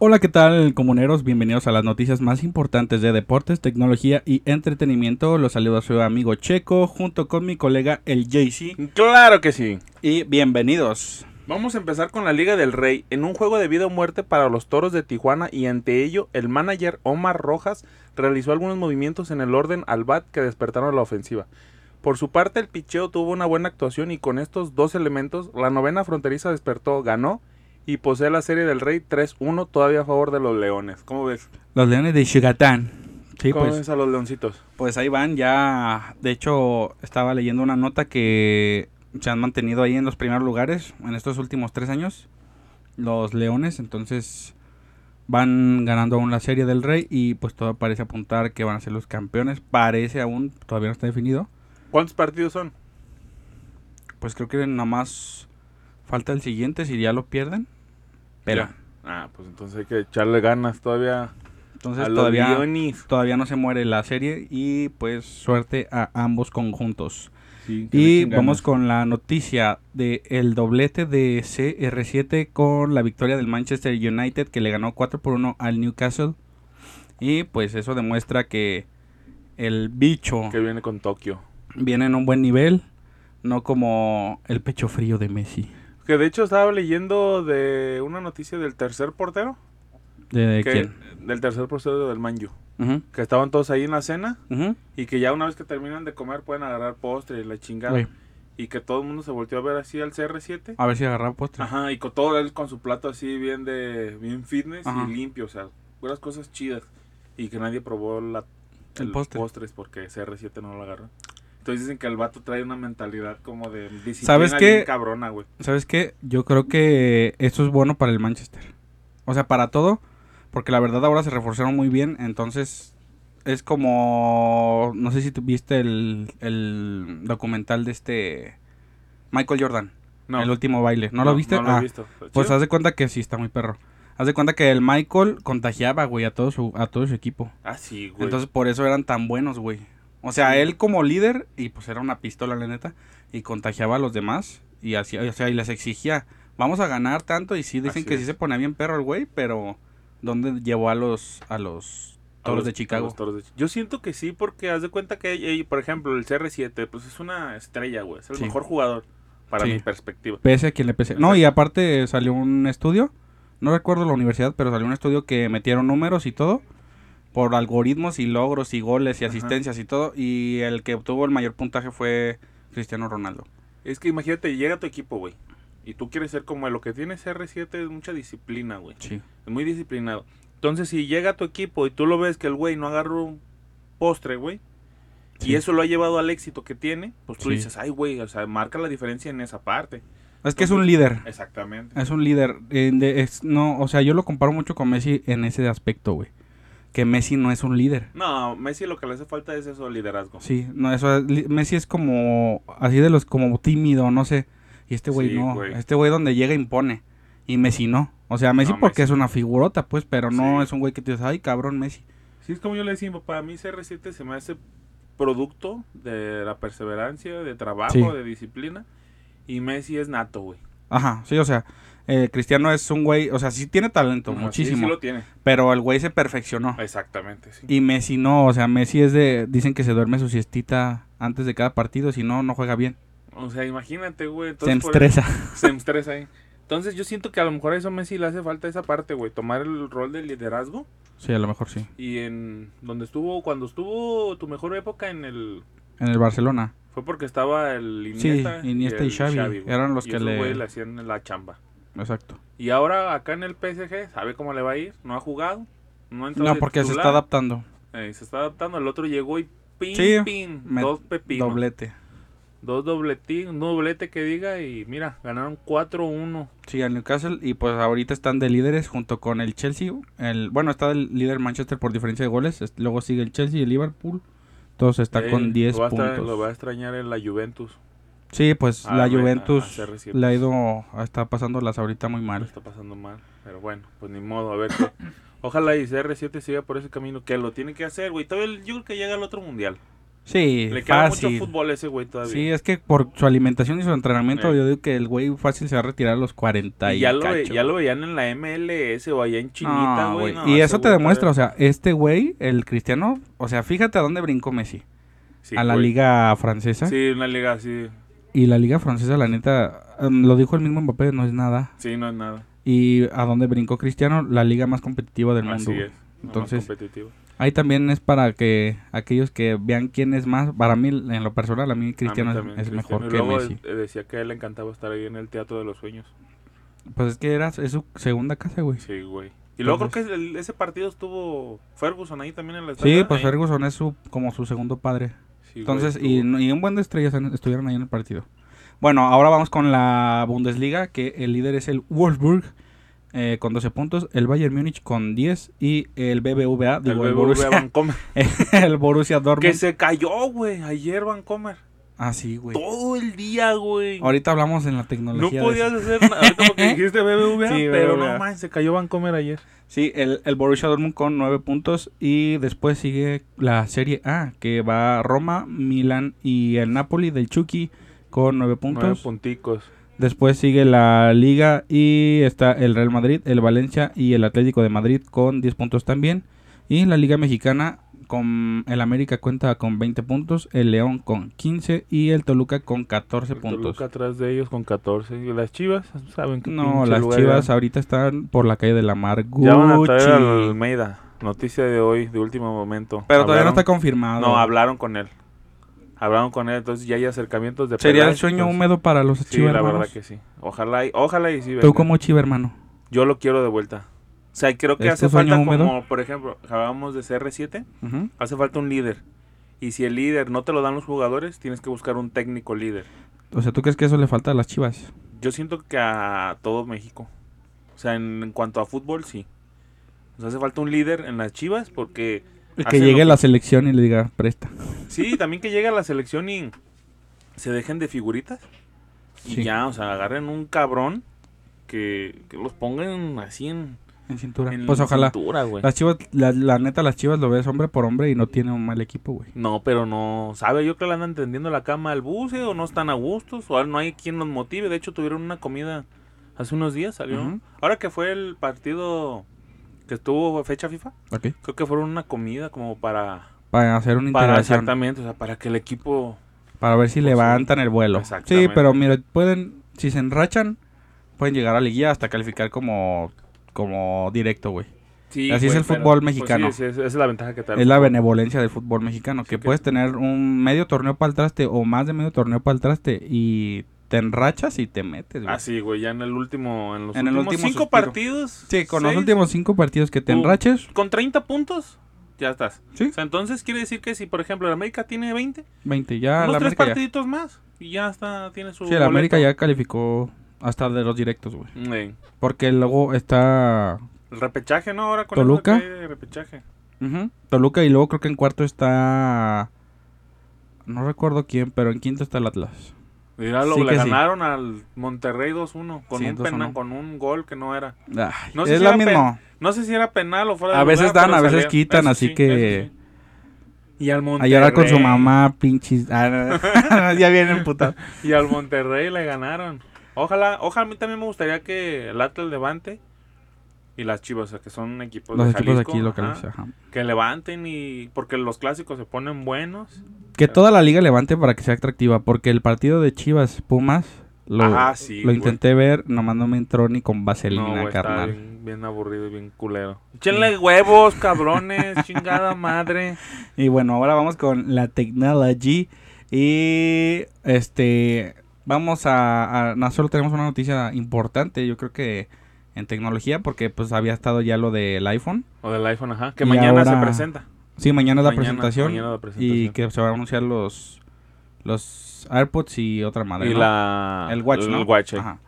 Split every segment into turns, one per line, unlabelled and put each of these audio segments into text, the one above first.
Hola, ¿qué tal, comuneros? Bienvenidos a las noticias más importantes de deportes, tecnología y entretenimiento. Los saludo a su amigo Checo junto con mi colega el JC.
Claro que sí.
Y bienvenidos.
Vamos a empezar con la Liga del Rey, en un juego de vida o muerte para los Toros de Tijuana y ante ello el manager Omar Rojas realizó algunos movimientos en el orden al bat que despertaron la ofensiva. Por su parte el picheo tuvo una buena actuación y con estos dos elementos la novena fronteriza despertó, ganó y posee la serie del Rey 3-1 todavía a favor de los Leones. ¿Cómo ves?
Los Leones de Yucatán. Sí,
¿Cómo
pues,
ves a los Leoncitos?
pues ahí van, ya. De hecho, estaba leyendo una nota que se han mantenido ahí en los primeros lugares en estos últimos tres años. Los Leones, entonces van ganando aún la serie del Rey y pues todo parece apuntar que van a ser los campeones. Parece aún, todavía no está definido.
¿Cuántos partidos son?
Pues creo que nada más falta el siguiente si ya lo pierden. Pero
Ya. Ah, pues entonces hay que echarle ganas todavía
entonces
a los
todavía
Leonis.
todavía no se muere la serie y pues suerte a ambos conjuntos.
Sí, que le
Y
echen
vamos
ganas.
con la noticia de el doblete de CR7 con la victoria del Manchester United que le ganó 4 por 1 al Newcastle. Y pues eso demuestra que el bicho
que viene con Tokio.
viene en un buen nivel, no como el pecho frío de Messi.
Que de hecho estaba leyendo de una noticia del tercer portero.
¿De, de
que-
quién?
Del tercer portero del Manju.
Ujú,
Que estaban todos ahí en la cena
ujú.
y que ya una vez que terminan de comer pueden agarrar postre y la chingada.
Güey, Ah,
Y que todo el mundo se volteó a ver así al CR7.
a ver si agarra postre.
Ajá, y con todo él con su plato así bien de bien fitness
Ajá.
y limpio, o sea, puras cosas chidas. Y que nadie probó la,
El postre.
postres porque CR7 no lo agarró. Entonces dicen que el vato trae una mentalidad como de disciplina
¿Sabes qué?
bien cabrona, güey.
¿Sabes qué? Yo creo que esto es bueno para el Manchester. O sea, para todo. Porque la verdad ahora se reforzaron muy bien. Entonces, es como... No sé si tú viste el, el documental de este... Michael Jordan.
No,
El último baile. ¿No, lo viste?
No lo
Ah,
he visto. ¿Está
Pues
chido?
haz de cuenta que sí, está muy perro. Haz de cuenta que el Michael contagiaba, güey, a todo su, a todo su equipo.
Ah, sí, güey.
Entonces, por eso eran tan buenos, güey. O sea, él como líder, y pues era una pistola, la neta, y contagiaba a los demás, y hacía, o sea, y les exigía, vamos a ganar tanto, y sí, dicen
Así
que sí
es.
se ponía bien perro el güey, pero ¿dónde llevó a los, a los
A
toros
los-
de
a
Chicago?
los Toros de Chi- Yo siento que sí, porque haz de cuenta que, eh, por ejemplo, el CR7, pues es una estrella, güey. Es el
Sí.
mejor jugador, para
Sí.
mi perspectiva.
Pese a quien le pese. No, y aparte salió un estudio, no recuerdo la universidad, pero salió un estudio que metieron números y todo, por algoritmos y logros y goles y
Ajá.
asistencias y todo, y el que obtuvo el mayor puntaje fue Cristiano Ronaldo.
Es que imagínate, llega tu equipo, güey. Y tú quieres ser como él. Lo que tiene CR7 es mucha disciplina, güey.
Sí.
Es muy disciplinado. Entonces, si llega tu equipo y tú lo ves que el güey no agarró un postre, güey.
Sí.
Y eso lo ha llevado al éxito que tiene. Pues tú
Sí.
dices, ay, güey, o sea, marca la diferencia en esa parte.
Es que es un líder.
Exactamente.
Es un líder. eh, de- es- no, o sea, yo lo comparo mucho con Messi en ese aspecto, güey. Que Messi no es un líder.
No, Messi lo que le hace falta es eso, liderazgo.
Sí, no, eso es- li- Messi es como, así de los, como tímido, no sé. Y este güey
Sí,
no.
güey.
Este güey donde llega impone. Y Messi no. O sea, Messi
No,
porque
Messi.
es una figurota, pues, pero no
Sí.
es un güey que te dice, ay, cabrón, Messi.
Sí, es como yo le decía, papá, a mí CR7 se me hace producto de la perseverancia, de trabajo,
Sí.
de disciplina. Y Messi es nato, güey.
Ajá, sí, o sea, eh, Cristiano es un güey, o sea, sí tiene talento,
Ajá, sí,
muchísimo.
Sí, lo tiene.
Pero el güey se perfeccionó.
Exactamente, sí.
Y Messi no, o sea, Messi es de, dicen que se duerme su siestita antes de cada partido, si no, no juega bien.
O sea, imagínate, güey.
Se
entonces por eso-
estresa.
Se me estresa ahí. Entonces yo siento que a lo mejor a eso a Messi le hace falta esa parte, güey. Tomar el rol de liderazgo.
Sí, a lo mejor sí.
Y en donde estuvo, cuando estuvo tu mejor época en el...
En el Barcelona.
Fue porque estaba el
Sí,
Iniesta,
Iniesta y
el
Xavi,
güey.
eran los
Y
que
esos
le-
güeyes le hacían la chamba.
Exacto.
Y ahora acá en el PSG, sabe cómo le va a ir, no ha jugado, no ha entrado
No,
de
porque se está
titular,
adaptando.
eh, se está adaptando, el otro llegó y pin,
Sí,
pin,
me-
dos pepinos,
Doblete.
dos dobletín, un doblete que diga y mira, ganaron 4-1.
Sí, al Newcastle. Y pues ahorita están de líderes junto con el Chelsea. El, bueno, está el líder Manchester por diferencia de goles. es- Luego sigue el Chelsea y el Liverpool. Todos están
Eh,
con 10
lo va a estar- Lo va a
puntos.
extrañar en la Juventus.
Sí, pues
Ah,
la
güey, a-
Juventus
a CR7.
le ha ido. Está pasándolas ahorita muy
Lo
mal.
está pasando mal. Pero bueno, pues ni modo, a ver. qué- Ojalá y CR7 siga por ese camino que lo tiene que hacer, güey. Todavía el- yo creo que llega al otro mundial.
Sí,
Le queda mucho
fácil.
fútbol a ese güey todavía.
Sí, es que por su alimentación y su entrenamiento,
Eh.
yo digo que el güey fácil se va a retirar a los 40 y
Y ya lo, ve-
cacho.
ya lo veían en la MLS o allá en Chinita,
No, güey.
güey. no,
y
ese
eso te
güey
demuestra, o
todavía-
sea, este güey, el cristiano, o sea, fíjate a dónde brincó Messi.
Sí,
a la
güey.
liga francesa.
Sí, una liga así.
Y la liga francesa, la neta, em, lo dijo el mismo Mbappé, no es nada.
Sí, no es nada.
Y a dónde brincó Cristiano, la liga más competitiva del mundo.
así
güey.
es.
Entonces-
Entonces. Competitivo.
Ahí también es para que aquellos que vean quién es más. Para mí, en lo personal, a mí Cristiano
A
es-
mí también,
es,
Cristiano.
mejor
Y
que
luego
Messi.
de- decía que a él le encantaba estar ahí en el Teatro de los Sueños.
Pues es que era, es su segunda casa, güey.
Sí, güey. Y luego creo
Entonces-
que el- ese partido estuvo Ferguson ahí también en la
Sí, pues Ferguson es su, como su segundo padre. Entonces, y, no- y un buen de estrellas en- estuvieron ahí en el partido. Bueno, ahora vamos con la Bundesliga, que el líder es el Wolfsburg eh, con 12 puntos, el Bayern Múnich con 10 y el BBVA,
El
digo, el,
BBVA
Borussia,
Vancomer.
el Borussia
Que
Dortmund.
se cayó, güey. Ayer Vancomer.
Ah, sí, güey.
Todo el día, güey.
Ahorita hablamos en la
No
tecnología. de
podías hacer nada. Ahorita porque dijiste BBVA,
Sí,
pero
BBVA.
no man, se cayó Vancomer ayer.
eso. Sí, el, el Borussia Dortmund con 9 puntos y después sigue la Serie A, que va Roma, Milán y el Napoli del Chucky con 9 puntos.
Nueve punticos.
Después sigue la Liga y está el Real Madrid, el Valencia y el Atlético de Madrid con 10 puntos también. Y la Liga Mexicana con el América cuenta con 20 puntos, el León con 15 y el Toluca con 14
El
puntos.
Toluca atrás de ellos con 14. Y las chivas, saben que
No, las Chivas ahorita están por la calle de la Mar
Ya van a traer al
Gucci.
Almeida. Noticia de hoy, de último momento.
Pero todavía no
Hablaron-
está confirmado.
No, hablaron con él. Hablaron con él, entonces ya hay acercamientos de
Sería el
Peláez,
sueño
entonces-
húmedo para los
Pues, Sí,
Chivas,
la verdad
hermanos.
que sí. Ojalá y, ojalá y sí.
Tú
venga.
como Chiva, hermano.
Yo lo quiero de vuelta. O sea, creo que
¿Es
hace
tu sueño
falta
húmedo?
como, por ejemplo, hablábamos de CR7,
Ujú.
hace falta un líder. Y si el líder no te lo dan los jugadores, tienes que buscar un técnico líder.
O sea, ¿tú crees que eso le falta a las Chivas?
Yo siento que a todo México. O sea, en, en cuanto a fútbol, sí. Nos hace falta un líder en las Chivas porque...
Que
hacen
llegue
lo-
la selección y le diga, presta.
Sí, también que llegue a la selección y se dejen de figuritas. Y
Sí.
ya, o sea, agarren un cabrón que, que los pongan así en,
En cintura.
en
pues ojalá.
cintura, güey.
Las Chivas, la, la neta, las Chivas lo ves hombre por hombre y no tiene un mal equipo, güey.
No, pero no sabe. Yo creo que le andan tendiendo la cama al buce o no están a gustos o no hay quien los motive. De hecho, tuvieron una comida hace unos días, salió.
Ujú.
Ahora que fue el partido que estuvo fecha FIFA, creo que fueron una comida como para,
Para hacer una
para
integración. Para,
exactamente, o sea, para que el equipo
ver si
Pues sí.
levantan el vuelo. Sí,
Exactamente.
pero mira, pueden, si se enrachan, pueden llegar a liguilla hasta calificar como, como directo, güey.
Sí, pues,
Así es el fútbol mexicano.
sí, esa es la ventaja que te da el
Es la
fútbol.
benevolencia del fútbol mexicano, que
que-
puedes tener un medio torneo para el traste o más de medio torneo para el traste y te enrachas y te metes, güey.
Ah, sí, güey, ya en el último, en los
En el
últimos
último
cinco
suspiro.
partidos.
Sí, con los
seis,
últimos cinco partidos que te
Tú-
enraches,
Con 30 puntos, ya estás.
sí,
O sea, entonces quiere decir que si, por ejemplo, el América tiene 20,
20, ya
unos
Ah, la
tres
América ya.
partiditos más y ya está, tiene su
Sí, el América
boleto.
ya calificó hasta de los directos, güey.
Eh,
Porque luego está
el repechaje, ¿no? Ahora con
Toluca.
eso que hay de repechaje.
ujú, Toluca y luego creo que en cuarto está... No recuerdo quién, pero en quinto está el Atlas.
Mira, lo-
Sí
le
que sí.
ganaron al Monterrey 2-1 con,
Sí,
un
2-1.
penal- con un gol que no era.
Ay,
No sé
es
si
lo
era pen-
mismo.
No sé si era penal o fuera de
A veces
lugar,
dan,
pero
a veces
salía.
quitan,
Eso
así
sí,
que-
eso sí. Y al
A
Monterrey.
llorar con su mamá, pinches... Ah, ya vienen putas.
Y al Monterrey le ganaron. Ojalá, ojalá a mí también me gustaría que el Atlas levante y las Chivas, o sea, que son equipos
Los
Pues de
equipos de
Jalisco,
aquí
ajá,
locales, ajá.
que levanten y porque los clásicos se ponen buenos.
Que toda la liga levante para que sea atractiva, porque el partido de Chivas Pumas lo,
Ajá, sí,
lo
güey.
intenté ver, nomás no me entró ni con
no,
vaselina,
güey, está
carnal.
bien, bien aburrido y bien culero. Échenle huevos, cabrones, chingada madre.
Y bueno, ahora vamos con la technology. Y este, vamos a, a- no, solo tenemos una noticia importante, yo creo que en tecnología, porque pues había estado ya lo del iPhone.
O del iPhone, ajá, que
Y
mañana se
ahora-
presenta.
Sí, mañana es la,
Mañana-
presentación,
mañana la
Y
presentación.
que se van a anunciar los, los AirPods y otra madre.
Y
¿no?
la
El Watch, ¿no?
El Watch. eh.
Ajá.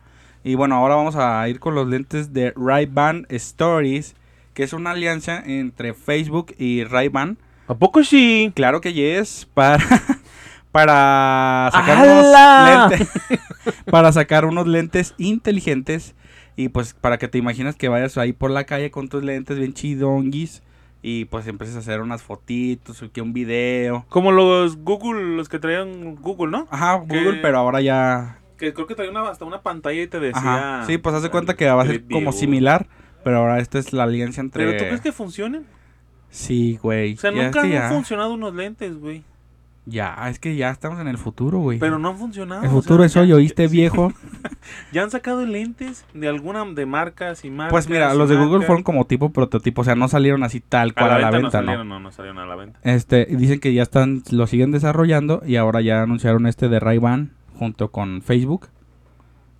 Y bueno, ahora vamos a ir con los lentes de Ray-Ban Stories, que es una alianza entre Facebook y Ray-Ban.
¿A poco sí?
Claro que yes, para para sacar
¡Ala!
unos lentes, para sacar unos lentes inteligentes y pues para que te imagines que vayas ahí por la calle con tus lentes bien chidonguis Y pues empiezas a hacer unas fotitos, que un video.
Como los Google, los que traían Google, ¿no?
Ajá, Google,
Que-
pero ahora ya.
Que creo que traía una, hasta una pantalla y te decía.
Ajá. Sí, pues haz de cuenta que va a ser
Creativo.
como similar, pero ahora esta es la alianza entre.
Pero tú crees que funcionen?
Sí, güey.
O sea,
ya, es
nunca
que ya,
han funcionado unos lentes, güey.
ya, es que ya estamos en el futuro, güey.
Pero no han funcionado.
El
o sea,
futuro es
ya-
hoy, ¿oíste,
ya-
viejo?
Ya han sacado lentes de alguna de marcas y marcas.
Pues mira,
y
los de Google
marcas.
fueron como tipo prototipo, o sea, no salieron así tal
ah, a
cual
la,
a la venta,
venta, no
¿no?
salieron, no, no salieron a la venta.
Este, y dicen que ya están, lo siguen desarrollando y ahora ya anunciaron este de Ray-Ban junto con Facebook.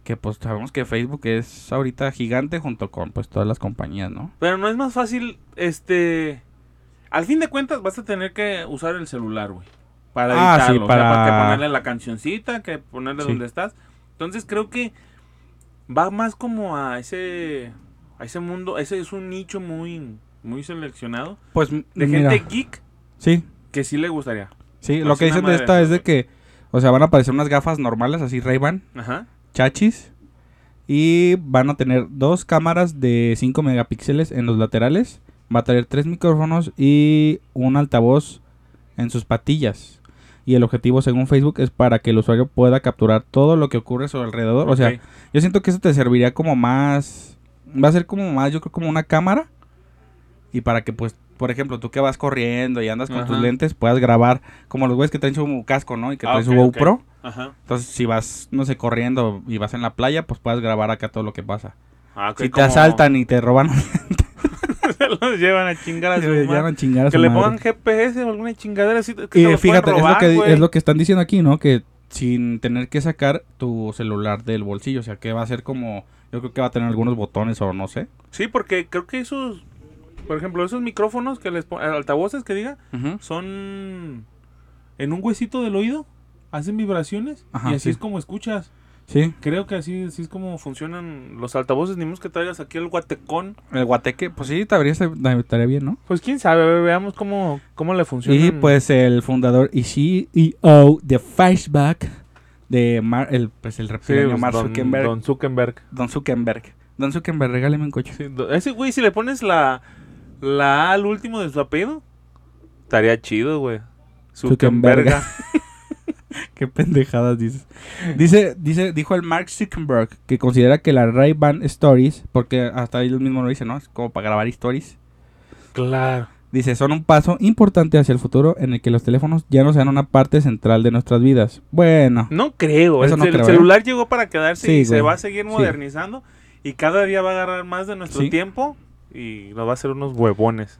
Que pues sabemos que Facebook es ahorita gigante junto con pues todas las compañías, ¿no?
Pero no es más fácil, este... Al fin de cuentas vas a tener que usar el celular, güey. Para
Ah,
editarlo,
sí,
o sea,
para-
para... que ponerle la cancioncita, que ponerle
Sí.
donde estás. Entonces creo que va más como a ese... A ese mundo, ese es un nicho muy... Muy seleccionado.
Pues m-
De
mira,
gente geek
sí,
que sí le gustaría.
sí,
No
lo
es
que
una
dicen de
madre,
esta es de
güey.
que, o sea, van a aparecer unas gafas normales así Ray-Ban,
Ajá.
chachis. Y van a tener dos cámaras de 5 megapíxeles en los laterales. Va a tener tres micrófonos y un altavoz en sus patillas. Y el objetivo, según Facebook, es para que el usuario pueda capturar todo lo que ocurre a su alrededor. O sea,
Ok.
yo siento que eso te serviría como más. Va a ser como más, yo creo, como una cámara. Y para que, pues, por ejemplo, tú que vas corriendo y andas con tus
Ajá.
lentes, puedas grabar como los güeyes que traen su casco, ¿no? Y que
Ah,
traen
ok,
su
ok.
GoPro.
Ajá.
Entonces, si vas, no sé, corriendo y vas en la playa, pues puedes grabar acá todo lo que pasa.
Ah, ok,
si te
como-
asaltan y te roban,
los llevan a chingar a su
ya
madre.
van a chingar a
Que
su
le
madre.
pongan GPS o alguna chingadera así. Que
Y
se los
fíjate,
pueden robar,
es, lo que,
güey.
es lo que están diciendo aquí, ¿no? Que sin tener que sacar tu celular del bolsillo, o sea, que va a ser como, yo creo que va a tener algunos botones o no sé.
Sí, porque creo que esos, por ejemplo, esos micrófonos que les ponen, altavoces que diga, son en un huesito del oído, hacen vibraciones
Ajá,
y así
sí.
es como escuchas.
Sí,
Creo que así, así es como funcionan los altavoces, ni menos que traigas aquí el guatecón.
el guateque, pues sí, te habría- te- estaría bien, ¿no?
Pues quién sabe, ve- veamos cómo, cómo le funciona.
Y pues el fundador y CEO de Facebook, de Mar- el, pues el reptiliano Mark Zuckerberg,
Don Zuckerberg.
Don Zuckerberg. Don Zuckerberg, regáleme un coche.
Sí, do- ese güey, si le pones la, la A al último de su apellido, estaría chido, güey.
Zuckerberg.
Zuckerberg.
Qué pendejadas dices. Dice, dice, dijo el Mark Zuckerberg que considera que la Ray-Ban Stories, porque hasta ahí mismo lo dice, ¿no? Es como para grabar stories.
claro.
Dice, son un paso importante hacia el futuro en el que los teléfonos ya no sean una parte central de nuestras vidas. Bueno,
No creo.
Eso
el
no
cel-
creo, ¿eh?
celular llegó para quedarse
Sí,
y se
güey.
va a seguir
Sí.
modernizando y cada día va a agarrar más de nuestro
Sí.
tiempo y nos va a hacer unos huevones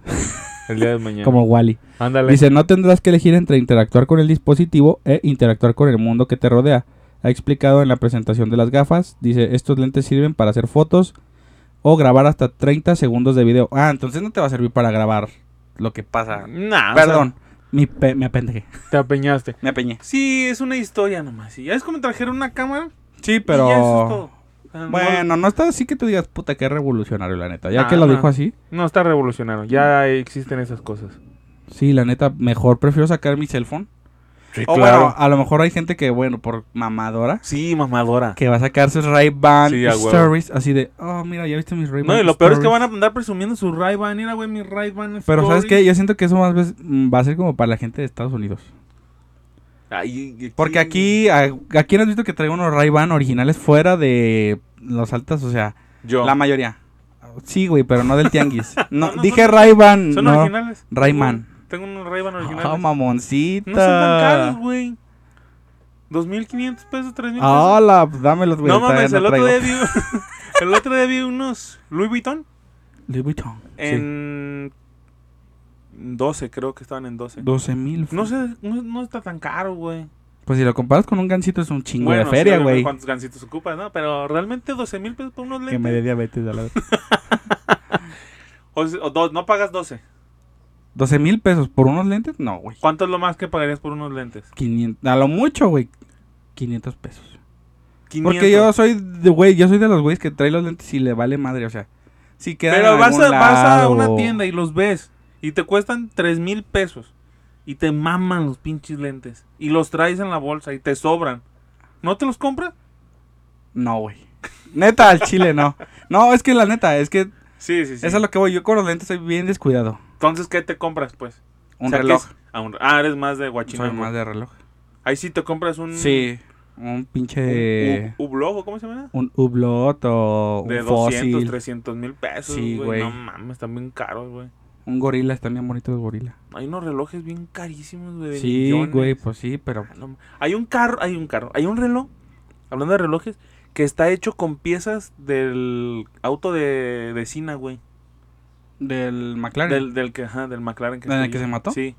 el día de mañana.
como Wally.
Ándale.
Dice, no tendrás que elegir entre interactuar con el dispositivo e interactuar con el mundo que te rodea. Ha explicado en la presentación de las gafas. Dice, estos lentes sirven para hacer fotos o grabar hasta 30 segundos de video. Ah, entonces no te va a servir para grabar lo que pasa.
Nah, Ah, o sea,
Perdón, mi pe- me apendejé.
te apeñaste.
Me apeñé.
Sí, es una historia nomás. Y ya es como trajeron una cámara.
Sí,
y ya eso es
pero...
todo. O sea, no-
Bueno, no está así que tú digas, puta, que revolucionario, la neta. Ya
Ah,
que lo
no.
dijo así,
No, está revolucionario. Ya existen esas cosas.
sí, la neta, mejor prefiero sacar mi cell phone.
Sí,
O Oh, bueno, a lo mejor hay gente que, bueno, por mamadora,
Sí, mamadora.
Que va a sacar sus Ray-Ban
Sí, a huevo.
Stories así de, oh, mira, ya viste mis Ray-Ban
No, y lo peor es que
Stories".
van a andar presumiendo su Ray-Ban. Mira, güey, mi Ray-Ban.
Pero ¿sabes
Story.
qué? Yo siento que eso más veces mm, va a ser como para la gente de Estados Unidos.
Ay, y-
Porque aquí, a- aquí has visto que traigo unos Ray-Ban originales fuera de los altas, o sea,
Yo.
la mayoría. Sí, güey, pero no del tianguis. No,
No, no,
dije
son-
Ray-Ban,
Son
no.
originales.
Ray-Man.
Tengo un Ray-Ban original.
Ah, mamoncita.
no son tan caros, güey. 2.500 pesos, 3.000 pesos.
Hola, pues, dámelos, Ah, güey.
no
todavía
mames, el, otro
traigo.
día vi, el otro día vi unos Louis Vuitton
Louis Vuitton.
en 12, creo que estaban en 12.
12 mil.
No sé, no, no está tan caro, güey.
Pues si lo comparas con un gancito es un chingo de
sí,
feria,
obviamente,
güey.
¿Cuántos gancitos ocupas, no? Pero realmente 12 mil pesos por unos
que me dé
lentes.
diabetes a la vez.
O, si- o dos, no pagas 12.
12 mil pesos por unos lentes, no, güey.
¿Cuánto es lo más que pagarías por unos lentes?
500, a lo mucho, güey. 500 pesos.
500.
Porque yo soy de güey, yo soy de los güeyes que trae los lentes y le vale madre, o sea, si queda
Pero
en
vas a,
algún
vas a
lado
una
o-
tienda y los ves y te cuestan tres mil pesos y te maman los pinches lentes y los traes en la bolsa y te sobran. ¿No te los compras?
No, güey. Neta, al chile no. No, es que la neta, es que
Sí, sí, sí.
Eso es lo que voy. Yo con los lentes soy bien descuidado.
Entonces, ¿qué te compras, pues?
Un
O sea, ¿qué
reloj.
es? Ah, un- Ah, eres más de
Soy
guachinango.
más de reloj.
Ahí sí te compras un...
Sí. Un pinche.
Mm. Un blog o cómo se llama?
Un Hublot o un
De 200,
fósil.
300 mil pesos,
Sí, güey.
güey. No mames, están bien caros, güey.
Un gorila, están bien bonitos los gorila.
Hay unos relojes bien carísimos, güey. de
Sí,
millones.
güey, pues sí, pero.
Ah, no ma- hay un carro, hay un carro, hay un reloj, hablando de relojes, que está hecho con piezas del auto de, de Sina, güey.
Del McLaren.
Del, del que, ajá, del McLaren que,
¿Del
está
que
ahí.
se mató?
Sí.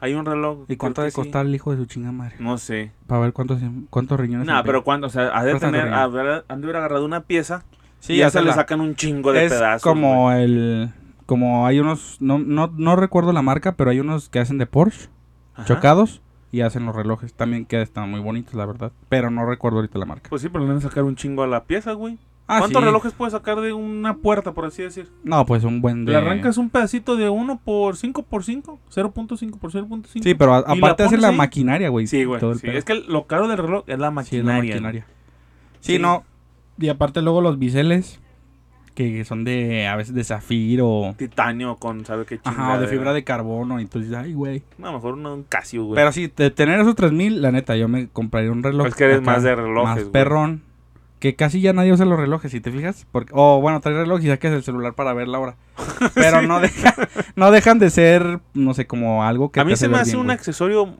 Hay un reloj.
¿Y
creo
cuánto
que
ha de
sí.
costar el hijo de su chinga madre?
No sé.
Para ver cuántos, cuántos riñones.
Nah,
empleó.
pero cuánto, o sea, ha de
Cuesta
tener,
correa.
habrá- han de haber agarrado una pieza
Sí,
y ya se le
hacerla.
sacan un chingo de
es
pedazos.
como
güey.
el como hay unos no, no, no recuerdo la marca pero hay unos que hacen de Porsche
Ajá.
chocados y hacen los relojes también que están muy bonitos la verdad pero no recuerdo ahorita la marca
Pues sí, pero le han de sacar un chingo a la pieza, güey.
Ah,
¿Cuántos
sí.
relojes puedes sacar de una puerta, por así decir?
no pues un buen de...
Le arrancas un pedacito de 1 por 5 por 5, 0.5 por 0.5.
sí pero a-
y la
aparte hacen
pones
la
ahí.
maquinaria güey
Sí, güey.
todo el
sí.
pedo.
Es que lo caro del reloj
Sí,
es la
es la
maquinaria.
maquinaria. Sí,
Sí.
no y aparte luego los biseles que son de a veces de zafiro
Titanio con, ¿sabe qué chingada?
ajá o de fibra de carbono y tú dices ay güey
No, mejor uno, un Casio, güey.
Pero sí, de tener esos 3000, la neta, yo me compraría un reloj.
Es que eres más de relojes,
Más
güey.
perrón. Que casi ya nadie usa los relojes, si te fijas. Porque, o bueno, traes reloj y saques el celular para ver la hora. Pero no, deja- no dejan de ser, no sé, como algo que
a mí
te
se me
ver
hace
bien,
un
güey.
accesorio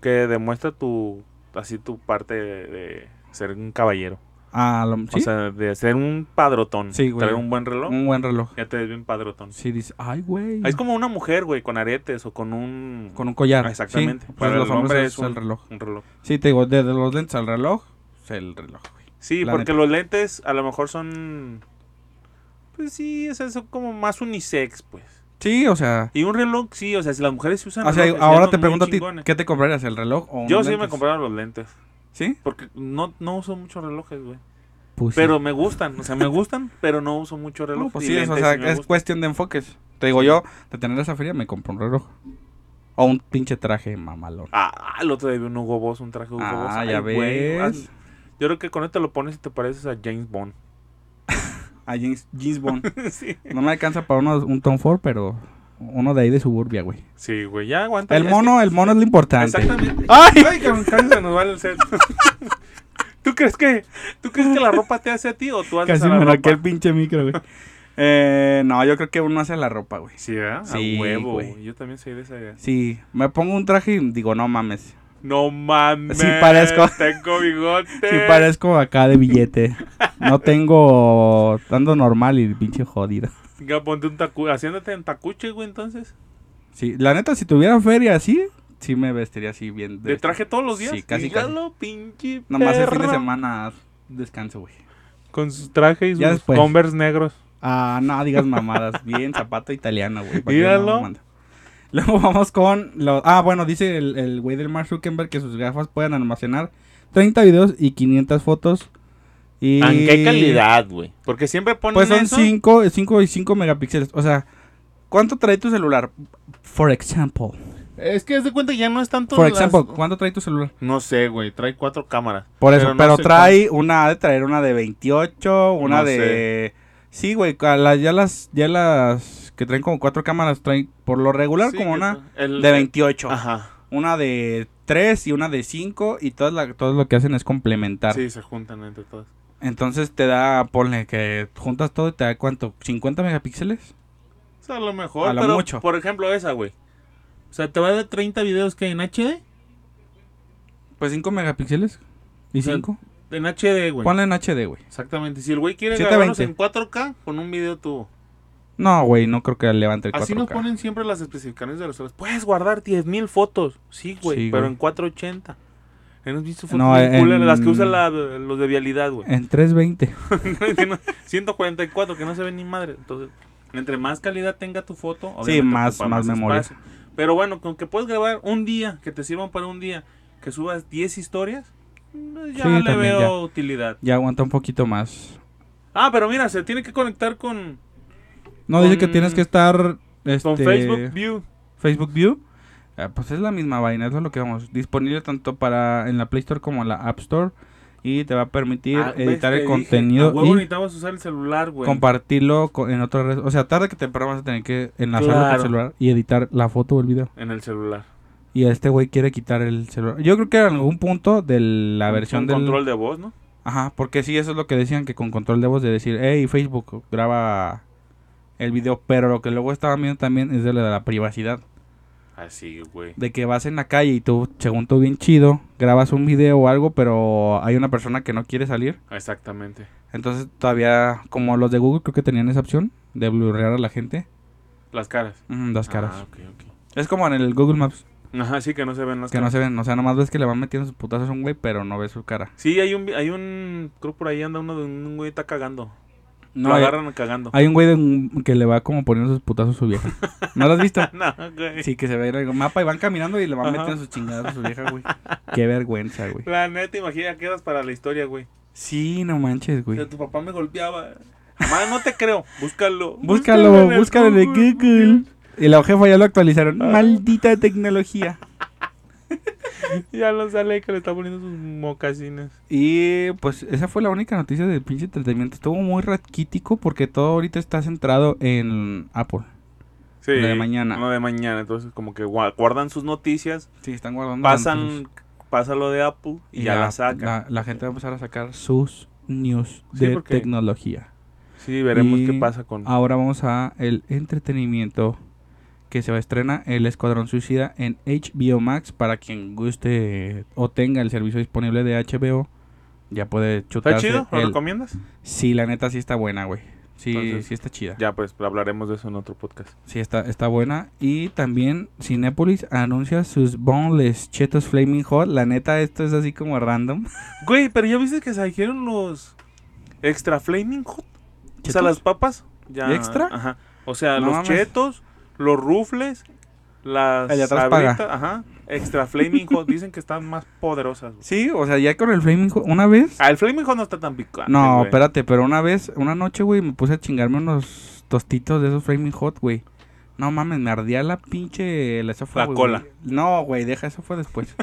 que demuestra tu. Así tu parte de, de ser un caballero.
Ah, lo-
O
¿sí?
sea, de ser un padrotón.
Sí, güey.
Traer un buen reloj.
un buen reloj.
Ya te ves bien padrotón.
Sí, dice, ay, güey.
Ah, Es como una mujer, güey, con aretes o con un.
Con un collar.
Ah, Exactamente.
Sí, pues
Para
los
el hombre
hombres
es un,
el reloj.
un reloj.
Sí, te digo, desde los lentes al reloj, es el reloj, güey.
Sí,
La
porque
neta.
los lentes a lo mejor son. Pues sí, o sea, son como más unisex, pues.
Sí, o sea.
Y un reloj, sí, o sea, si las mujeres se usan.
O sea,
relojes, ya
Ah, ahora
andan
te
muy
pregunto a ti,
chingones.
¿qué te comprarías, el reloj o
Yo
unos
sí me
lentes?
compraba los lentes.
¿Sí?
Porque no, no uso muchos relojes, güey.
Pues sí.
Pero me gustan, o sea, me gustan, pero no uso mucho reloj.
No, pues
Y
sí, es, o
lentes
sea,
sí me
es
gustan.
cuestión de enfoques. Te digo yo, de tener esa feria me compro un reloj. O un pinche traje mamalón.
Ah, ah, el otro día vi un Hugo Boss, un traje Hugo
Ah,
Boss.
ya
güey, ah,
ves.
Yo creo que con esto lo pones y te pareces a James Bond. Ah,
A James, James Bond.
sí.
No me alcanza para uno, un Tom Ford, pero uno de ahí de suburbia, güey.
Sí, güey, ya aguanta.
El
ya,
mono, el mono es lo importante.
Exactamente.
¡Ay!
Ay, cabrón, casi se nos va el set. ¿Tú crees que tú crees que la ropa te hace a ti o tú haces
Casi
a la
me
ropa?
raqué el pinche micro, güey. Eh, no, yo creo que uno hace la ropa, güey.
Sí, ¿verdad?
Sí,
a huevo.
güey.
Yo también soy de esa idea.
Sí, me pongo un traje y digo, no mames.
No mames.
Sí, parezco.
Tengo bigote.
Sí parezco acá de billete. No tengo tanto normal y pinche jodido.
Ya ponte un tacu haciéndote en tacuche, güey, entonces.
Sí, la neta, si tuviera feria así, sí me vestiría así bien.
De traje todos los días.
Sí, casi, casi.
Míralo, pinche
Nomás el fin de
perro.
semana descanso, güey.
Con su traje y
Ya
sus
después.
Converse negros.
Ah, no digas mamadas. bien, zapato italiano, güey. ¿pa' qué
Míralo.
no mando? Luego vamos con los... Ah, bueno, dice el el güey del Mark Zuckerberg que sus gafas pueden almacenar 30 videos y 500 fotos. Y...
Ah, güey? Porque siempre ponen
Pues son
eso.
5, 5 y 5 megapíxeles. O sea, ¿cuánto trae tu celular? For example.
Es que haz de cuenta que ya no es tanto
For
las-
example, ¿cuánto trae tu celular?
No sé, güey, trae cuatro cámaras.
Por eso, pero,
no sé
trae una ha de traer una de 28, una
No
de Sí, güey, a la- ya las ya las que traen como cuatro cámaras traen por lo regular
Sí,
como
que
una
tra- el-
de 28,
Ajá.
una de 3 y una de 5 y todas la, todo lo que hacen es complementar.
Sí, se juntan entre todas.
Entonces te da ponle que juntas todo y te da cuánto, 50 megapíxeles.
O sea, a lo mejor,
A lo
pero
mucho.
por ejemplo esa, güey. O sea, te va a dar 30 videos que en HD,
Pues 5 megapíxeles y
O sea,
5.
en HD, güey.
Ponle en HD, güey.
Exactamente. Si el güey quiere
720.
grabarlos en 4K con un video tubo.
No, güey, no creo que levante el 4K.
Así nos ponen siempre las especificaciones de los celulares. Puedes guardar 10.000 fotos. Sí, güey,
Sí,
pero
güey.
en 480. Hemos visto fotos
No,
bien
en-
culeras, las que usan la- los de vialidad, güey.
en 320.
Que no- 144 que no se ve ni madre. Entonces, entre más calidad tenga tu foto,
Sí,
obviamente
más-
ocupa
más memoria.
espacio. Pero bueno, con que puedes grabar un día, que te sirvan para un día, que subas 10 historias, eh, ya
Sí,
le
también,
veo
ya.
utilidad.
Ya aguanta un poquito más.
Ah, pero mira, se tiene que conectar con,
No, dice que
Con-
tienes que estar. Este,
con Facebook View.
Facebook View. Ah, pues es la misma vaina, eso es lo que vamos. Disponible tanto para en la Play Store como en la App Store. y te va a permitir
Ah, ves,
editar
te
el
dije,
contenido
a huevo
y
necesitabas usar el celular, güey.
compartirlo co- en otra red. O sea, tarde que temprano vas a tener que enlazarlo con
Claro.
el celular y editar la foto o el video.
En el celular.
Y este güey quiere quitar el celular. Yo creo que en algún punto de la versión
Un
del
control de voz, ¿no?
Ajá, porque sí, eso es lo que decían que con control de voz de decir, hey, Facebook graba el video, pero lo que luego estaban viendo también es de la, de la privacidad,
Así, güey.
de que vas en la calle y tú, según tú bien chido, grabas un video o algo, pero hay una persona que no quiere salir,
Exactamente.
entonces todavía, como los de Google creo que tenían esa opción de blurrear a la gente,
Las caras.
ujú, las caras.
Ah, ok, ok.
Es como en el Google Maps,
Ajá, sí que no se ven las
que no
caras.
se ven, o sea, nomás ves que le van metiendo sus putazos a un güey, pero no ves su cara.
Sí, hay un, vi- hay un... Creo por ahí anda uno de un güey está cagando.
No,
Lo
hay,
agarran cagando.
hay un güey de un- que le va como poniendo sus putazos a su vieja. ¿No lo has visto?
No, güey.
Sí, que se ve en el mapa y van caminando y le van
Ajá.
metiendo sus chingadas a su vieja, güey. Qué vergüenza, güey.
La neta, imagina, quedas para la historia, güey.
Sí, no manches,
O
güey.
sea, tu papá me golpeaba. Mamá, no te creo. Búscalo.
Búscalo, búscalo en el
Google.
Google. Ah. Y la jefa ya lo actualizaron. Maldita tecnología.
Ya lo sale que le está poniendo sus mocasines.
Y pues esa fue la única noticia del pinche entretenimiento. Estuvo muy raquítico porque todo ahorita está centrado en Apple.
Sí.
Lo de mañana.
Lo de mañana. Entonces, como que gua- guardan sus noticias,
Sí, están guardando.
pasan, pasa lo de Apple y, ya la, sacan.
La, la gente va a empezar a sacar sus news
Sí,
de
porque-
tecnología.
Sí, veremos
Y- ah,
qué pasa con.
Ahora vamos a el entretenimiento que se va a estrenar El Escuadrón Suicida en HBO Max para quien guste o tenga el servicio disponible de HBO ya puede
¿Está
chutarse.
chido? ¿Lo
el-
recomiendas?
Sí, la neta sí está buena, güey. Sí,
Entonces,
sí está chida.
Ya, pues hablaremos de eso en otro podcast.
Sí está está buena y también Cinépolis anuncia sus boneless chetos flaming hot. La neta esto es así como random.
Güey, pero ya viste que salieron los extra flaming hot. O sea,
¿Chetos?
las papas. Ya,
¿Y extra?
Ajá. O sea,
No
los
mames.
chetos, los rufles, las
El de atrás paga.
sabritas, Ajá. Extra flaming hot. Dicen que están más poderosas. güey.
Sí, o sea, ya con el flaming hot una vez
Ah, el flaming hot no está tan picante.
No,
güey.
espérate, pero una vez, una noche, güey, me puse a chingarme unos tostitos de esos Flaming Hot, güey. No mames, me ardía la pinche el esófago.
La
güey.
cola.
No, güey, deja, eso fue después.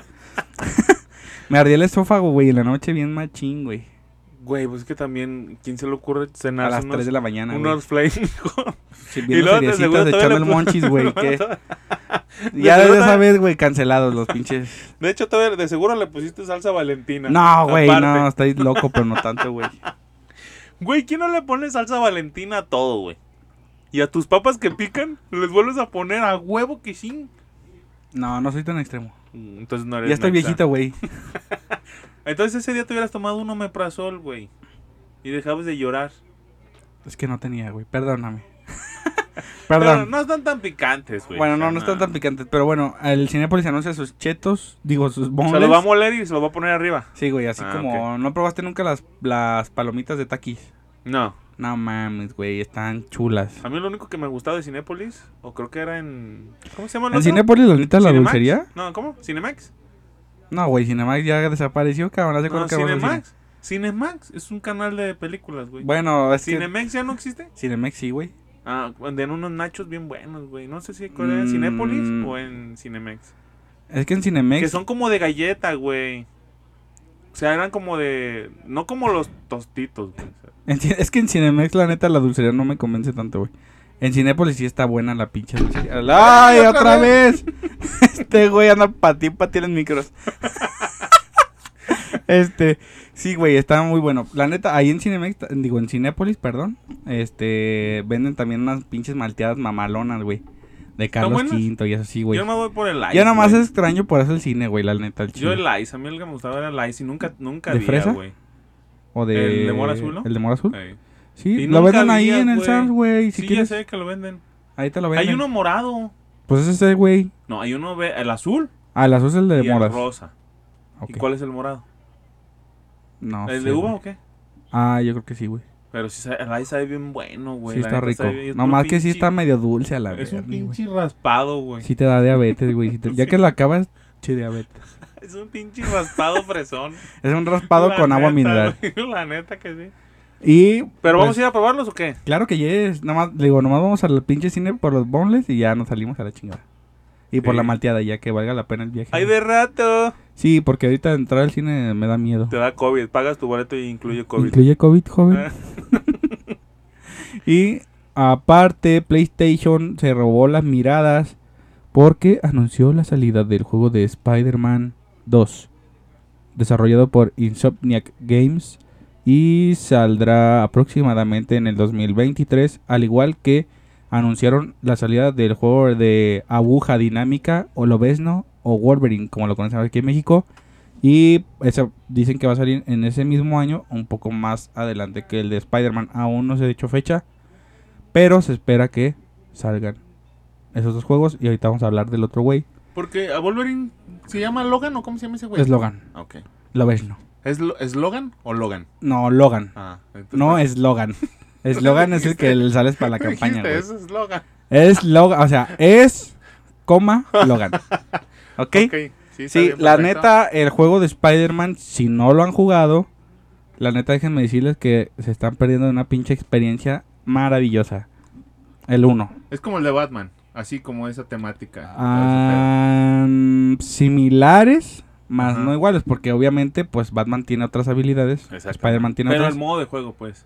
me ardía el esófago, güey, en la noche bien machín, güey.
Güey, pues es que también, ¿quién se le ocurre
A
cenar
las
unos,
3 de la mañana, güey.
unos flaming hot?
Sí, viendo
luego de
seriecitas
seguro
de
todavía le
Charmel
pon-
Monchis, güey. que
de
ya
seguro
desde esa
todavía-
vez, güey, cancelados los pinches.
De hecho, todavía- de seguro le pusiste salsa valentina.
No, güey, no,
Aparte.
estáis loco, pero no tanto, güey.
Güey, ¿quién no le pone salsa valentina a todo, güey? Y a tus papas que pican, les vuelves a poner a huevo que sí.
No, no soy tan extremo.
Mm, Entonces no eres
Ya estoy
neta.
viejito, güey.
Entonces ese día te hubieras tomado un omeprazol, güey. Y dejabas de llorar.
Es que no tenía, güey, perdóname.
Pero
Perdón.
no están tan picantes, güey.
Bueno,
O sea,
no, no están tan picantes, pero bueno, el Cinepolis anuncia sus chetos, digo, sus
Se lo va a
boneless.
moler y se lo va a poner arriba.
Sí, güey, así
Ah,
como, ¿no probaste nunca las, las palomitas de taquis?
No.
No mames, güey, están chulas.
A mí lo único que me gustaba de Cinépolis, o creo que era en... ¿Cómo se llama el
¿En
otro?
Cinepolis la neta la
¿Cinemax?
dulcería?
No, ¿cómo? ¿Cinemax?
No, güey, Cinemax ya desapareció, cabrón, hace
No,
cuánto que vamos al
Cinemax. Cinemax es un canal de películas,
cine.
güey.
Bueno, es que-
¿Cinemex ya no existe?
Cinemex sí, güey.
Ah, venden unos nachos bien buenos, güey. No sé si cuál era en
Mm.
Cinépolis o en Cinemex.
Es que en Cinemex...
Que son como de galleta, güey. O sea, eran como de... No como los tostitos, güey. O sea,
en Cine- es que en Cinemex la neta la dulcería no me convence tanto, güey. En Cinépolis sí está buena la pinche dulcería. ¡Ay, otra, vez! este güey anda patín, patín en micros. este, sí, güey, está muy bueno. La neta, ahí en Cinemex, ta- digo, en Cinépolis, perdón, este, venden también unas pinches malteadas mamalonas, güey. De Carlos
buenas?
V y eso sí, güey.
Yo me voy por el ice.
Ya nomás
güey.
extraño por eso el cine, güey, la neta, el
Yo
chile.
el ice. A mí el que me gustaba era el ice y nunca, nunca
¿De
había,
fresa? Uh,
güey.
O de...
el de mora azul, ¿no?
El de mora azul.
Ey.
Sí,
Y
lo
nunca
venden ahí
había,
en el
güey.
Sam's, güey. Si
sí,
quieres,
ya sé que lo venden.
ahí te lo venden.
Hay uno morado.
Pues ese es el güey.
No, hay uno... ve- El azul
Ah, el azul es el de
y
moras.
el rosa.
Ok.
¿Y cuál es el morado?
No
¿El
sé,
de uva
güey.
o qué?
Ah, yo creo que sí, güey.
Pero sí, sabe- el ice sabe bien bueno, güey.
Sí
la
está
neta
rico.
sabe bien- es
No
un
más que sí
pinche-
está medio dulce a la vez.
Es un pinche raspado, güey.
Sí te da diabetes, güey. sí te- Ya que lo acabas, sí, diabetes.
Es un pinche raspado fresón.
Es un raspado
La
con agua
neta,
mineral.
güey, La neta que sí.
Y...
¿Pero vamos
pues,
a ir a probarlos o qué?
Claro que yes. Nomás, digo, nomás vamos al pinche cine por los boneless y ya nos salimos a la chingada. Y por la
Sí.
malteada, ya que valga la pena el viaje.
¡Ay, de rato!
Sí, porque ahorita entrar al cine me da miedo.
Te da COVID. Pagas tu boleto y incluye COVID. Ah,
Incluye COVID, joven. y aparte, PlayStation se robó las miradas porque anunció la salida del juego de Spider-Man 2, desarrollado por Insomniac Games y saldrá aproximadamente en el 2023, al igual que anunciaron la salida del juego de Aguja Dinámica o Lobezno o Wolverine, como lo conocen aquí en México. Y esa, dicen que va a salir en ese mismo año, un poco más adelante que el de Spider-Man. Aún no se ha dicho fecha, pero se espera que salgan esos dos juegos. Y ahorita vamos a hablar del otro güey,
Porque a Wolverine se llama Logan o cómo se llama ese güey?
es Logan.
Ah, Ok.
Lo ves, no.
¿Es, Lo- es Logan o Logan?
No, Logan.
Ah, entonces-
No, es Logan. Es Logan es el que le sales para la
Dijiste,
campaña, güey.
Ese es Logan.
Es Logan, o sea, es, coma, Logan. ¿Ok?
Ok, sí,
Sí,
está bien,
la
perfecto.
neta, el juego de Spider-Man, si no lo han jugado, la neta, déjenme decirles que se están perdiendo de una pinche experiencia maravillosa. El 1.
Es como el de Batman, así como esa temática.
Ah. similares, más
Ajá.
no iguales, porque obviamente, pues Batman tiene otras habilidades.
Exactamente.
Spider-Man tiene
Pero
otras.
el modo de juego, pues.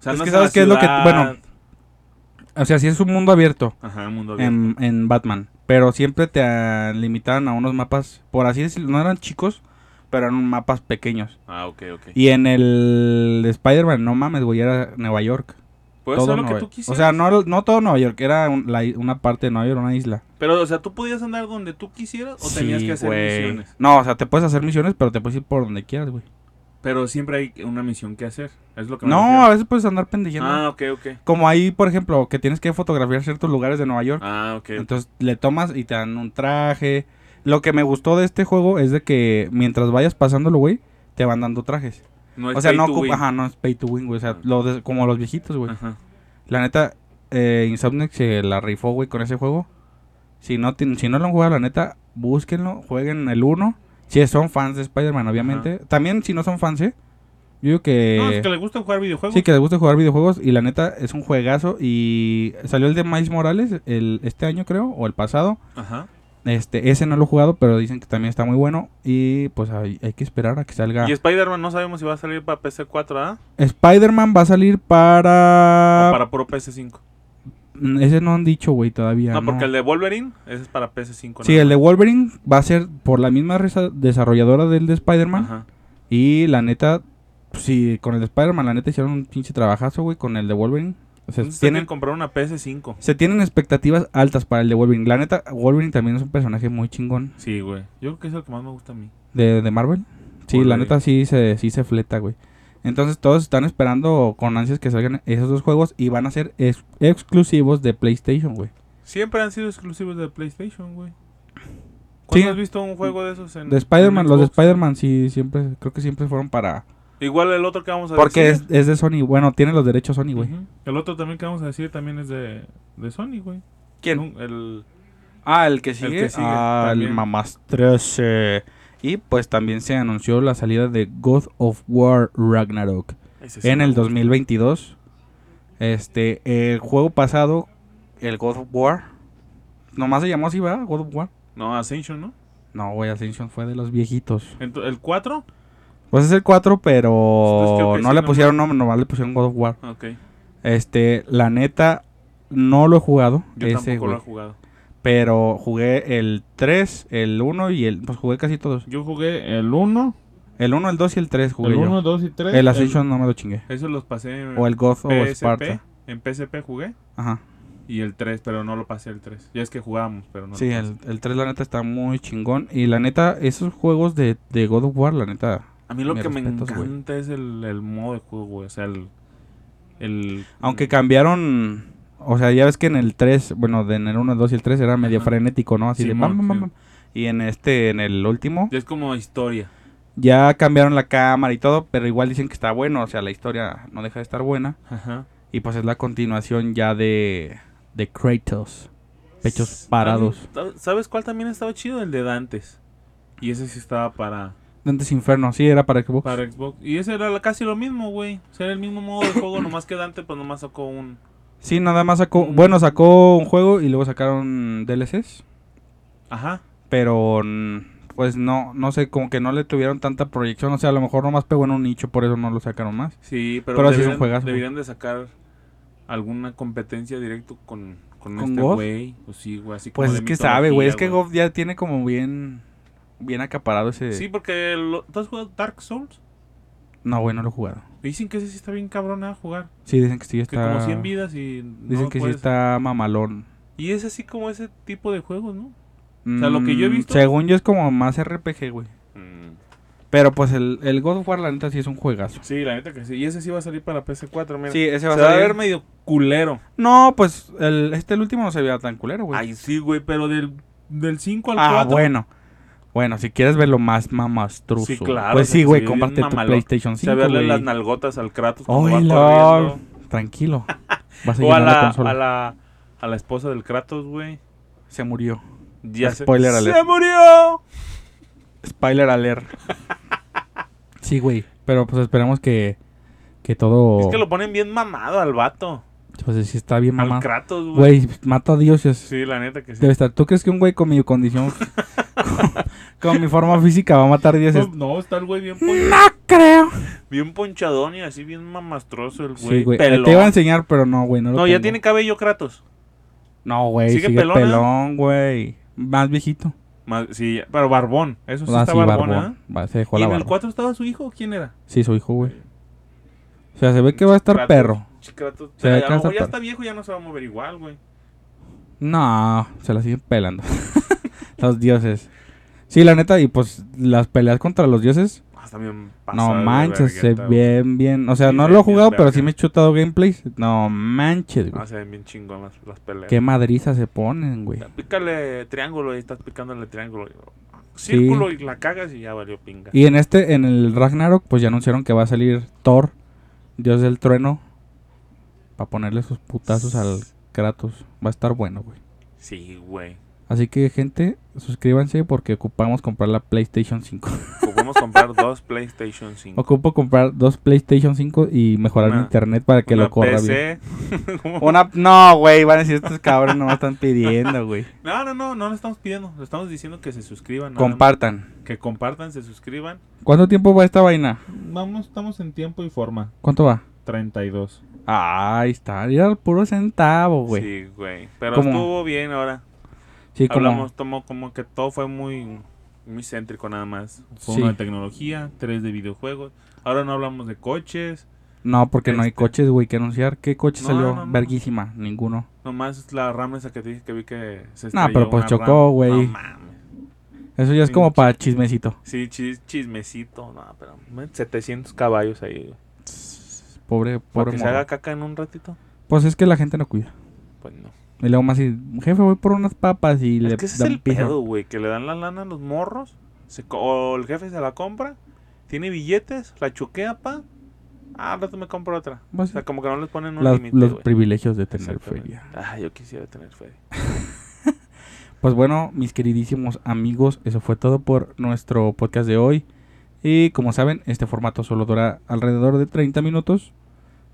O
Es
andas
que
en la
sabes qué es lo que-
ciudad.
bueno, O sea, sí es un mundo abierto
Ajá, mundo abierto.
en, en Batman, pero siempre te ah, limitaban a unos mapas, por así decirlo, no eran chicos, pero eran mapas pequeños.
Ah, ok, ok.
Y en el Spider-Man, no mames, güey, era Nueva York.
Puedes hacer Pues, lo
Nueva-
que tú quisieras.
O sea, no, no todo Nueva York, era un- la i- una parte de Nueva York, una isla.
Pero, o sea, tú podías andar donde tú quisieras o tenías
Sí,
que hacer
güey.
misiones.
No, o sea, te puedes hacer misiones, pero te puedes ir por donde quieras, güey.
Pero siempre hay una misión que hacer. Es lo que me
No,
refiero.
a veces puedes andar pendejando.
Ah, ok, ok.
Como ahí, por ejemplo, que tienes que fotografiar ciertos lugares de Nueva York.
Ah, ok.
Entonces le tomas y te dan un traje. Lo que me gustó de este juego es de que mientras vayas pasándolo, güey, te van dando trajes.
No es
O sea,
pay
no
to
ocupa-
win.
ajá, no es pay to win, güey. O sea,
Ah.
los de- como los viejitos, güey.
Ajá.
La neta, eh, Insomniac se la rifó, güey, con ese juego. Si no, tien- si no lo han jugado, la neta, búsquenlo, jueguen el 1. Si son fans de Spider-Man, obviamente. También si no son fans, ¿eh? Yo digo que...
No, es que le gusta jugar videojuegos.
Eh, Sí, que les gusta jugar videojuegos y la neta es un juegazo y salió el de Miles Morales el, este año creo o el pasado.
Ajá.
Este, ese no lo he jugado, pero dicen que también está muy bueno y pues hay, hay que esperar a que salga.
Y Spider-Man no sabemos si va a salir para PC4, ¿ah?
Spider-Man va a salir
O
para...
para puro PS5.
Mm, Ese no han dicho, güey, todavía.
No,
no.
porque el de Wolverine, ese es para PS5.
Sí,
nada
el de Wolverine va a ser por la misma resa- desarrolladora del de
más.
Spider-Man.
Ajá.
Y la neta, pues, sí, con el de Spider-Man, la neta hicieron un pinche trabajazo, güey, con el de Wolverine. O sea,
Entonces tienen
tienen,
que comprar una PS5.
se tienen expectativas altas para el de Wolverine. La neta, Wolverine también es un personaje muy chingón
Sí, güey. Yo creo que es lo que más me gusta a mí.
de, de Marvel. Sí, la
Wolverine.
neta sí se, sí se fleta, güey. Entonces todos están esperando con ansias que salgan esos dos juegos y van a ser ex- exclusivos de PlayStation, güey.
Siempre han sido exclusivos de PlayStation, güey.
Sí.
¿Cuándo has visto un juego de esos en
De Spider-Man,
en
los de
Xbox?
Spider-Man sí siempre, creo que siempre fueron para...
Igual el otro que vamos a
Porque es,
decir.
es de Sony, bueno, tiene los derechos Sony, güey.
Ujú. El otro también que vamos a decir también es de, de Sony, güey. No, El...
Ah, el que
sigue.
ah, el
también.
Mamás 13. Y pues también se anunció la salida de God of War Ragnarok
ese Pues sí
en
me
el
gusta.
2022. Este, el juego pasado, el God of War, nomás se llamó así, ¿verdad? God of War.
No, Ascension, ¿no?
No, güey, Ascension fue de los viejitos.
Ento- ¿El 4?
Pues es el 4,
Entonces creo
pero
Pues que
no le
sí, nomás.
pusieron nombre, nomás le pusieron God of War.
Ok.
Este, la neta, no lo he jugado.
Yo
ese,
tampoco
güey.
lo he jugado.
Pero jugué el 3, el 1 y el... Pues jugué casi todos.
Yo jugué el 1,
El 1, el 2 y el 3 jugué
el
yo.
1, 2 y 3.
el Ascension no me lo chingué.
Eso los pasé en
O el Goth o
PSP.
Sparta.
En PSP jugué.
Ajá.
Y el 3, pero no lo pasé el 3. Ya es que jugábamos, pero no. lo
sí,
pasé.
el, el 3 la neta está muy chingón. Y la neta, esos juegos de, de God of War, la neta...
A mí lo
mis
que me
respetos, güey.
encanta es el, el modo de juego, güey. O sea, el. el
Aunque cambiaron... O sea, ya ves que en el 3, bueno, de en el 1, el 2 y el 3 era medio
Ajá.
frenético, ¿no? Así de... pam,
Simón,
pam, pam,
sí.
pam. Y en este, en el último,
Es como historia.
ya cambiaron la cámara y todo, pero igual dicen que está bueno. O sea, la historia no deja de estar buena.
Ajá.
Y pues es la continuación ya de, de Kratos. Pechos
S-
parados.
tam- ¿Sabes cuál también estaba chido? El de Dantes. Y ese sí estaba para,
Dantes Inferno, sí, era para Xbox.
para Xbox. Y ese era la- casi lo mismo, güey. O sea, era el mismo modo de juego, nomás que Dante, pues nomás sacó un,
Sí, nada más sacó. Bueno, sacó un juego y luego sacaron DLCs.
Ajá.
Pero. mm, Pues no, no sé, como que no le tuvieron tanta proyección. O sea, a lo mejor nomás pegó en un nicho, por eso no lo sacaron más.
Sí, pero,
Pero sí es un
deberían,
juegazo.
deberían de sacar alguna competencia directo con, con,
¿Con
este
God?
güey. Pues sí, güey, así
Pues
como
es
de
que sabe, güey. Es que
mitología, güey.
Goff eh, ya tiene como bien. Bien acaparado ese.
Sí, porque lo- ¿tú has jugado Dark Souls?
No, güey, no lo he jugado.
Dicen que ese sí está bien cabrón a jugar.
Sí, dicen que sí
Que
está.
como 100 vidas y no
Dicen que sí
puedes.
está mamalón.
Y es así como ese tipo de juegos, ¿no? sea, lo que yo he
Mm,
visto-
Según yo es como más RPG, güey.
Mm,
Pero pues el, el God of War, la neta, sí es un juegazo.
Sí, la neta que sí. Y ese sí va a salir para PC4, mira.
Sí, ese
se
va
va
a
a
salir.
ver medio culero.
No, pues el, este el último no se veía tan culero, güey.
Ay, sí, güey, pero del, del 5 al
Pues ah,
4.
bueno. Bueno, si quieres verlo más mamastruso.
Sí, claro,
Pues
o sea,
sí,
que
güey,
se ve bien
comparte tu
mamalón.
PlayStation 5,
Se verle
güey.
las nalgotas al Kratos cuando
Ay,
va
lol.
corriendo.
Tranquilo. Vas a
O a
llenar la,
la,
consola.
a la, a la esposa del Kratos, güey.
Se murió.
Ya se-
Ah, Spoiler
se,
alert.
murió.
Spoiler alert. sí, güey. Pero pues esperemos que, que todo...
Es que lo ponen bien mamado al vato.
Pues sí está bien
Al
mamá.
Kratos, güey.
Güey, mata a Dios. es-
Sí, la neta que sí.
Debe estar. ¿Tú crees que un güey con mi condición... con, con mi forma física va a matar dioses?
No, no, está el güey bien pollo.
creo.
Bien ponchadón y así bien mamastroso el güey.
Sí, güey.
Pelón.
Te iba a enseñar, pero no, güey. No,
no,
lo
ya
tengo.
tiene cabello Kratos.
No, güey.
¿Sigue
Sigue,
pelón,
pelón,
eh?
güey. Más viejito.
Ma- Sí, ya- pero barbón. Eso Pues sí
Ah,
está
sí,
barbón,
barbón.
¿ah?
Va, se dejó
¿Y
la
en el
barba.
4 estaba su hijo? ¿Quién era?
Sí, su hijo, güey. O sea, se ve que va a estar
Kratos,
perro.
ch- Kratos.
Se ve
Pero
que va a estar
a lo mejor ya
perro.
está viejo, ya no se va a mover igual, güey.
No, se la siguen pelando. los dioses. Sí, la neta, y pues las peleas contra los dioses.
Hasta Ah, bien
no
pasado de
manches, se
vergueta, güey.
bien, bien. O sea,
Sí,
no
se
lo he
ven bien
jugado, pero sí
verga.
me he chutado gameplays. No manches, güey.
Ah, se ven bien chingón las, las peleas.
Qué madriza se ponen, güey.
Pícale triángulo y estás picándole triángulo. Círculo y la cagas y ya valió pinga.
Y en este, en el Ragnarok, pues ya anunciaron que va a salir Thor, Dios del Trueno, para ponerle sus putazos al Kratos. Va a estar bueno, güey.
Sí, güey.
Así que, gente, suscríbanse porque ocupamos comprar la PlayStation 5.
Podemos Pues comprar dos PlayStation 5.
Ocupo comprar dos PlayStation 5 y mejorar
Una-
mi internet para que
Una
lo corra bien.
PC. ¿Cómo?
Una, no, güey, van a decir estos cabrones no me están pidiendo, güey.
No, no, no, no le estamos pidiendo. Le estamos diciendo que se suscriban. nada
Compartan.
más. Que compartan, se suscriban.
¿Cuánto tiempo va esta vaina?
Vamos, estamos en tiempo y forma.
¿Cuánto va?
32.
Ah, ahí está, ir al puro centavo, güey. Sí,
Sí, güey. Pero
¿Cómo?
estuvo bien ahora.
como
Hablamos, tomó como que todo fue muy, muy céntrico nada más. Fue
Sí.
uno de tecnología, tres de videojuegos. Ahora no hablamos de coches.
No, porque no hay
Este.
coches, güey, que anunciar. ¿Qué coche
No,
salió?
no, no.
Verguísima, ninguno.
Nomás la rama esa que te dije que vi que se
Nah, pero
estrelló
pues
una
chocó,
rama.
güey.
No mames.
Eso ya es
Sí,
como
ch-
para chismecito.
Sí, chis- chismecito. No, pero man, 700 caballos ahí. güey.
Pobre,
Para
pobre
que se
morro.
haga caca en un ratito.
Pues es que la gente no cuida.
Pues no.
Y luego más y, jefe, voy por unas papas y le
es que ese es
dan
el
piso.
pedo, güey. Que le dan la lana a los morros. se co- o el jefe se la compra. Tiene billetes. La choquea, pa. Ah, al rato me compro otra. O
Pues,
sea, como que no les ponen un
las-
límite,
los
güey.
privilegios de tener
Exactamente.
feria.
Ah, yo quisiera tener feria.
Pues bueno, mis queridísimos amigos, eso fue todo por nuestro podcast de hoy. Y como saben, este formato solo dura alrededor de 30 minutos.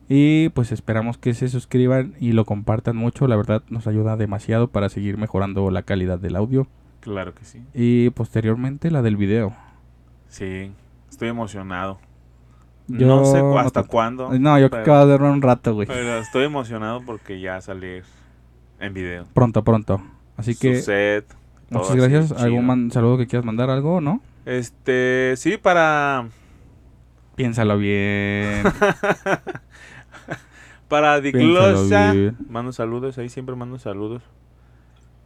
Y pues esperamos que se suscriban y lo compartan mucho. La verdad nos ayuda demasiado para seguir mejorando la calidad del audio
Claro que sí.
y posteriormente la del video.
Sí. Estoy emocionado.
Yo
no sé cu- hasta
tanto.
cuándo.
No, yo creo que
pero-
va a durar un rato, güey.
Pero estoy emocionado porque ya va a salir en video.
Pronto, pronto. Así que
Su set, todo
muchas
así,
gracias.
chido.
¿Algún man- saludo que quieras mandar? ¿Algo no?
Este, sí, para.
Piénsalo bien.
para Diglosa.
Piénsalo bien.
Mando saludos, ahí siempre mando saludos.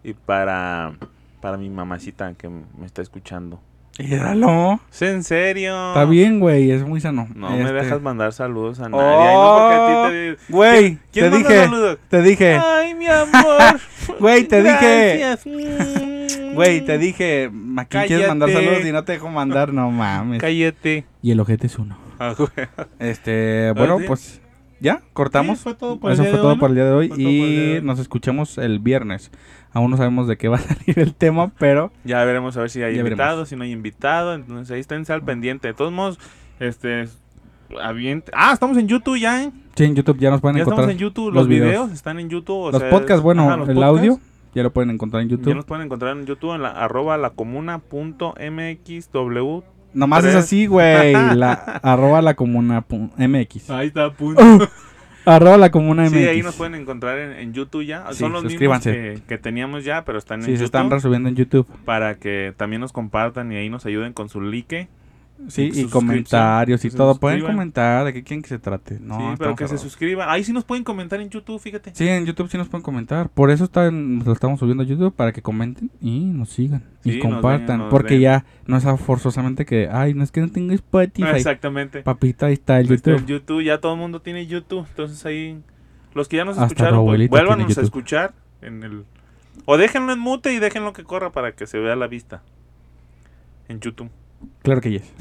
Y para. Para mi mamacita que m- me está escuchando.
Míralo.
¿Es en serio?
Está bien, güey, es muy sano.
No
Este-
me dejas mandar saludos a nadie. Ay, no, porque a ti te-
Güey,
¿Quién
te
manda
dije,
saludos? Ah,
te dije,
Ay, mi amor.
Güey, te dije.
dije.
güey, te dije, ¿a quién
Cállate.
quieres mandar saludos y no te dejo mandar? No mames.
Cállate.
Y el ojete es uno.
Ah, güey.
Este, bueno,
¿Ah, sí.
pues ya, cortamos.
Sí, fue todo por el
Eso
día
fue
de
todo
hoy, ¿no?
por el día de hoy
Fue todo por el día de
y
hoy.
nos escuchamos el viernes. Aún no sabemos de qué va a salir el tema, pero
Ya veremos a ver si hay
Ya veremos.
invitado, si no hay invitado. Entonces ahí esténse al pendiente. De todos modos, este, aviente- Ah, estamos en YouTube ya, ¿eh?
Sí, en YouTube ya nos pueden
Ya estamos
encontrar.
en YouTube. Los,
los
videos.
videos.
están en YouTube. o
los
sea,
podcasts, bueno,
ajá, los
el
podcasts.
audio, ya lo pueden encontrar en
Ya
YouTube.
nos pueden encontrar en YouTube en la arroba la comuna punto mxw.
Nomás es
Tres.
así, güey. La, arroba la comuna pu- MX.
Ahí está, punto.
Arroba la comuna MX.
Ah. Sí, ahí nos pueden encontrar en, en YouTube ya.
Sí,
Son los mismos
suscríbanse.
que, que teníamos ya, pero están en
Sí, se
YouTube
están resubiendo en YouTube.
para que también nos compartan y ahí nos ayuden con su like.
Sí, y
suscripción,
comentarios y
que se
todo. Pueden
suscriban.
comentar de qué quieren que se trate. No,
sí, pero
estamos
que se
cerrados.
suscriban. Ahí sí nos pueden comentar en YouTube, fíjate.
Sí, en YouTube sí nos pueden comentar. Por eso están, lo estamos subiendo a YouTube para que comenten y nos sigan
Sí,
y
nos
compartan.
den, nos
porque
den.
ya no es forzosamente que, ay, no es que no tengo Spotify.
Ah, exactamente.
Papita, ahí está el
Ahí está
YouTube.
el YouTube, ya todo el mundo tiene YouTube. Entonces ahí, los que ya nos
Hasta tu
escucharon, pues,
abuelita
vuélvanos
tiene
a
YouTube.
escuchar. en el O déjenlo en mute y déjenlo que corra para que se vea la vista. En YouTube.
Claro que yes.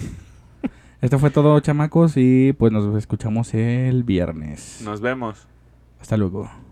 Esto fue todo, chamacos, y pues nos escuchamos el viernes.
Nos vemos.
Hasta luego.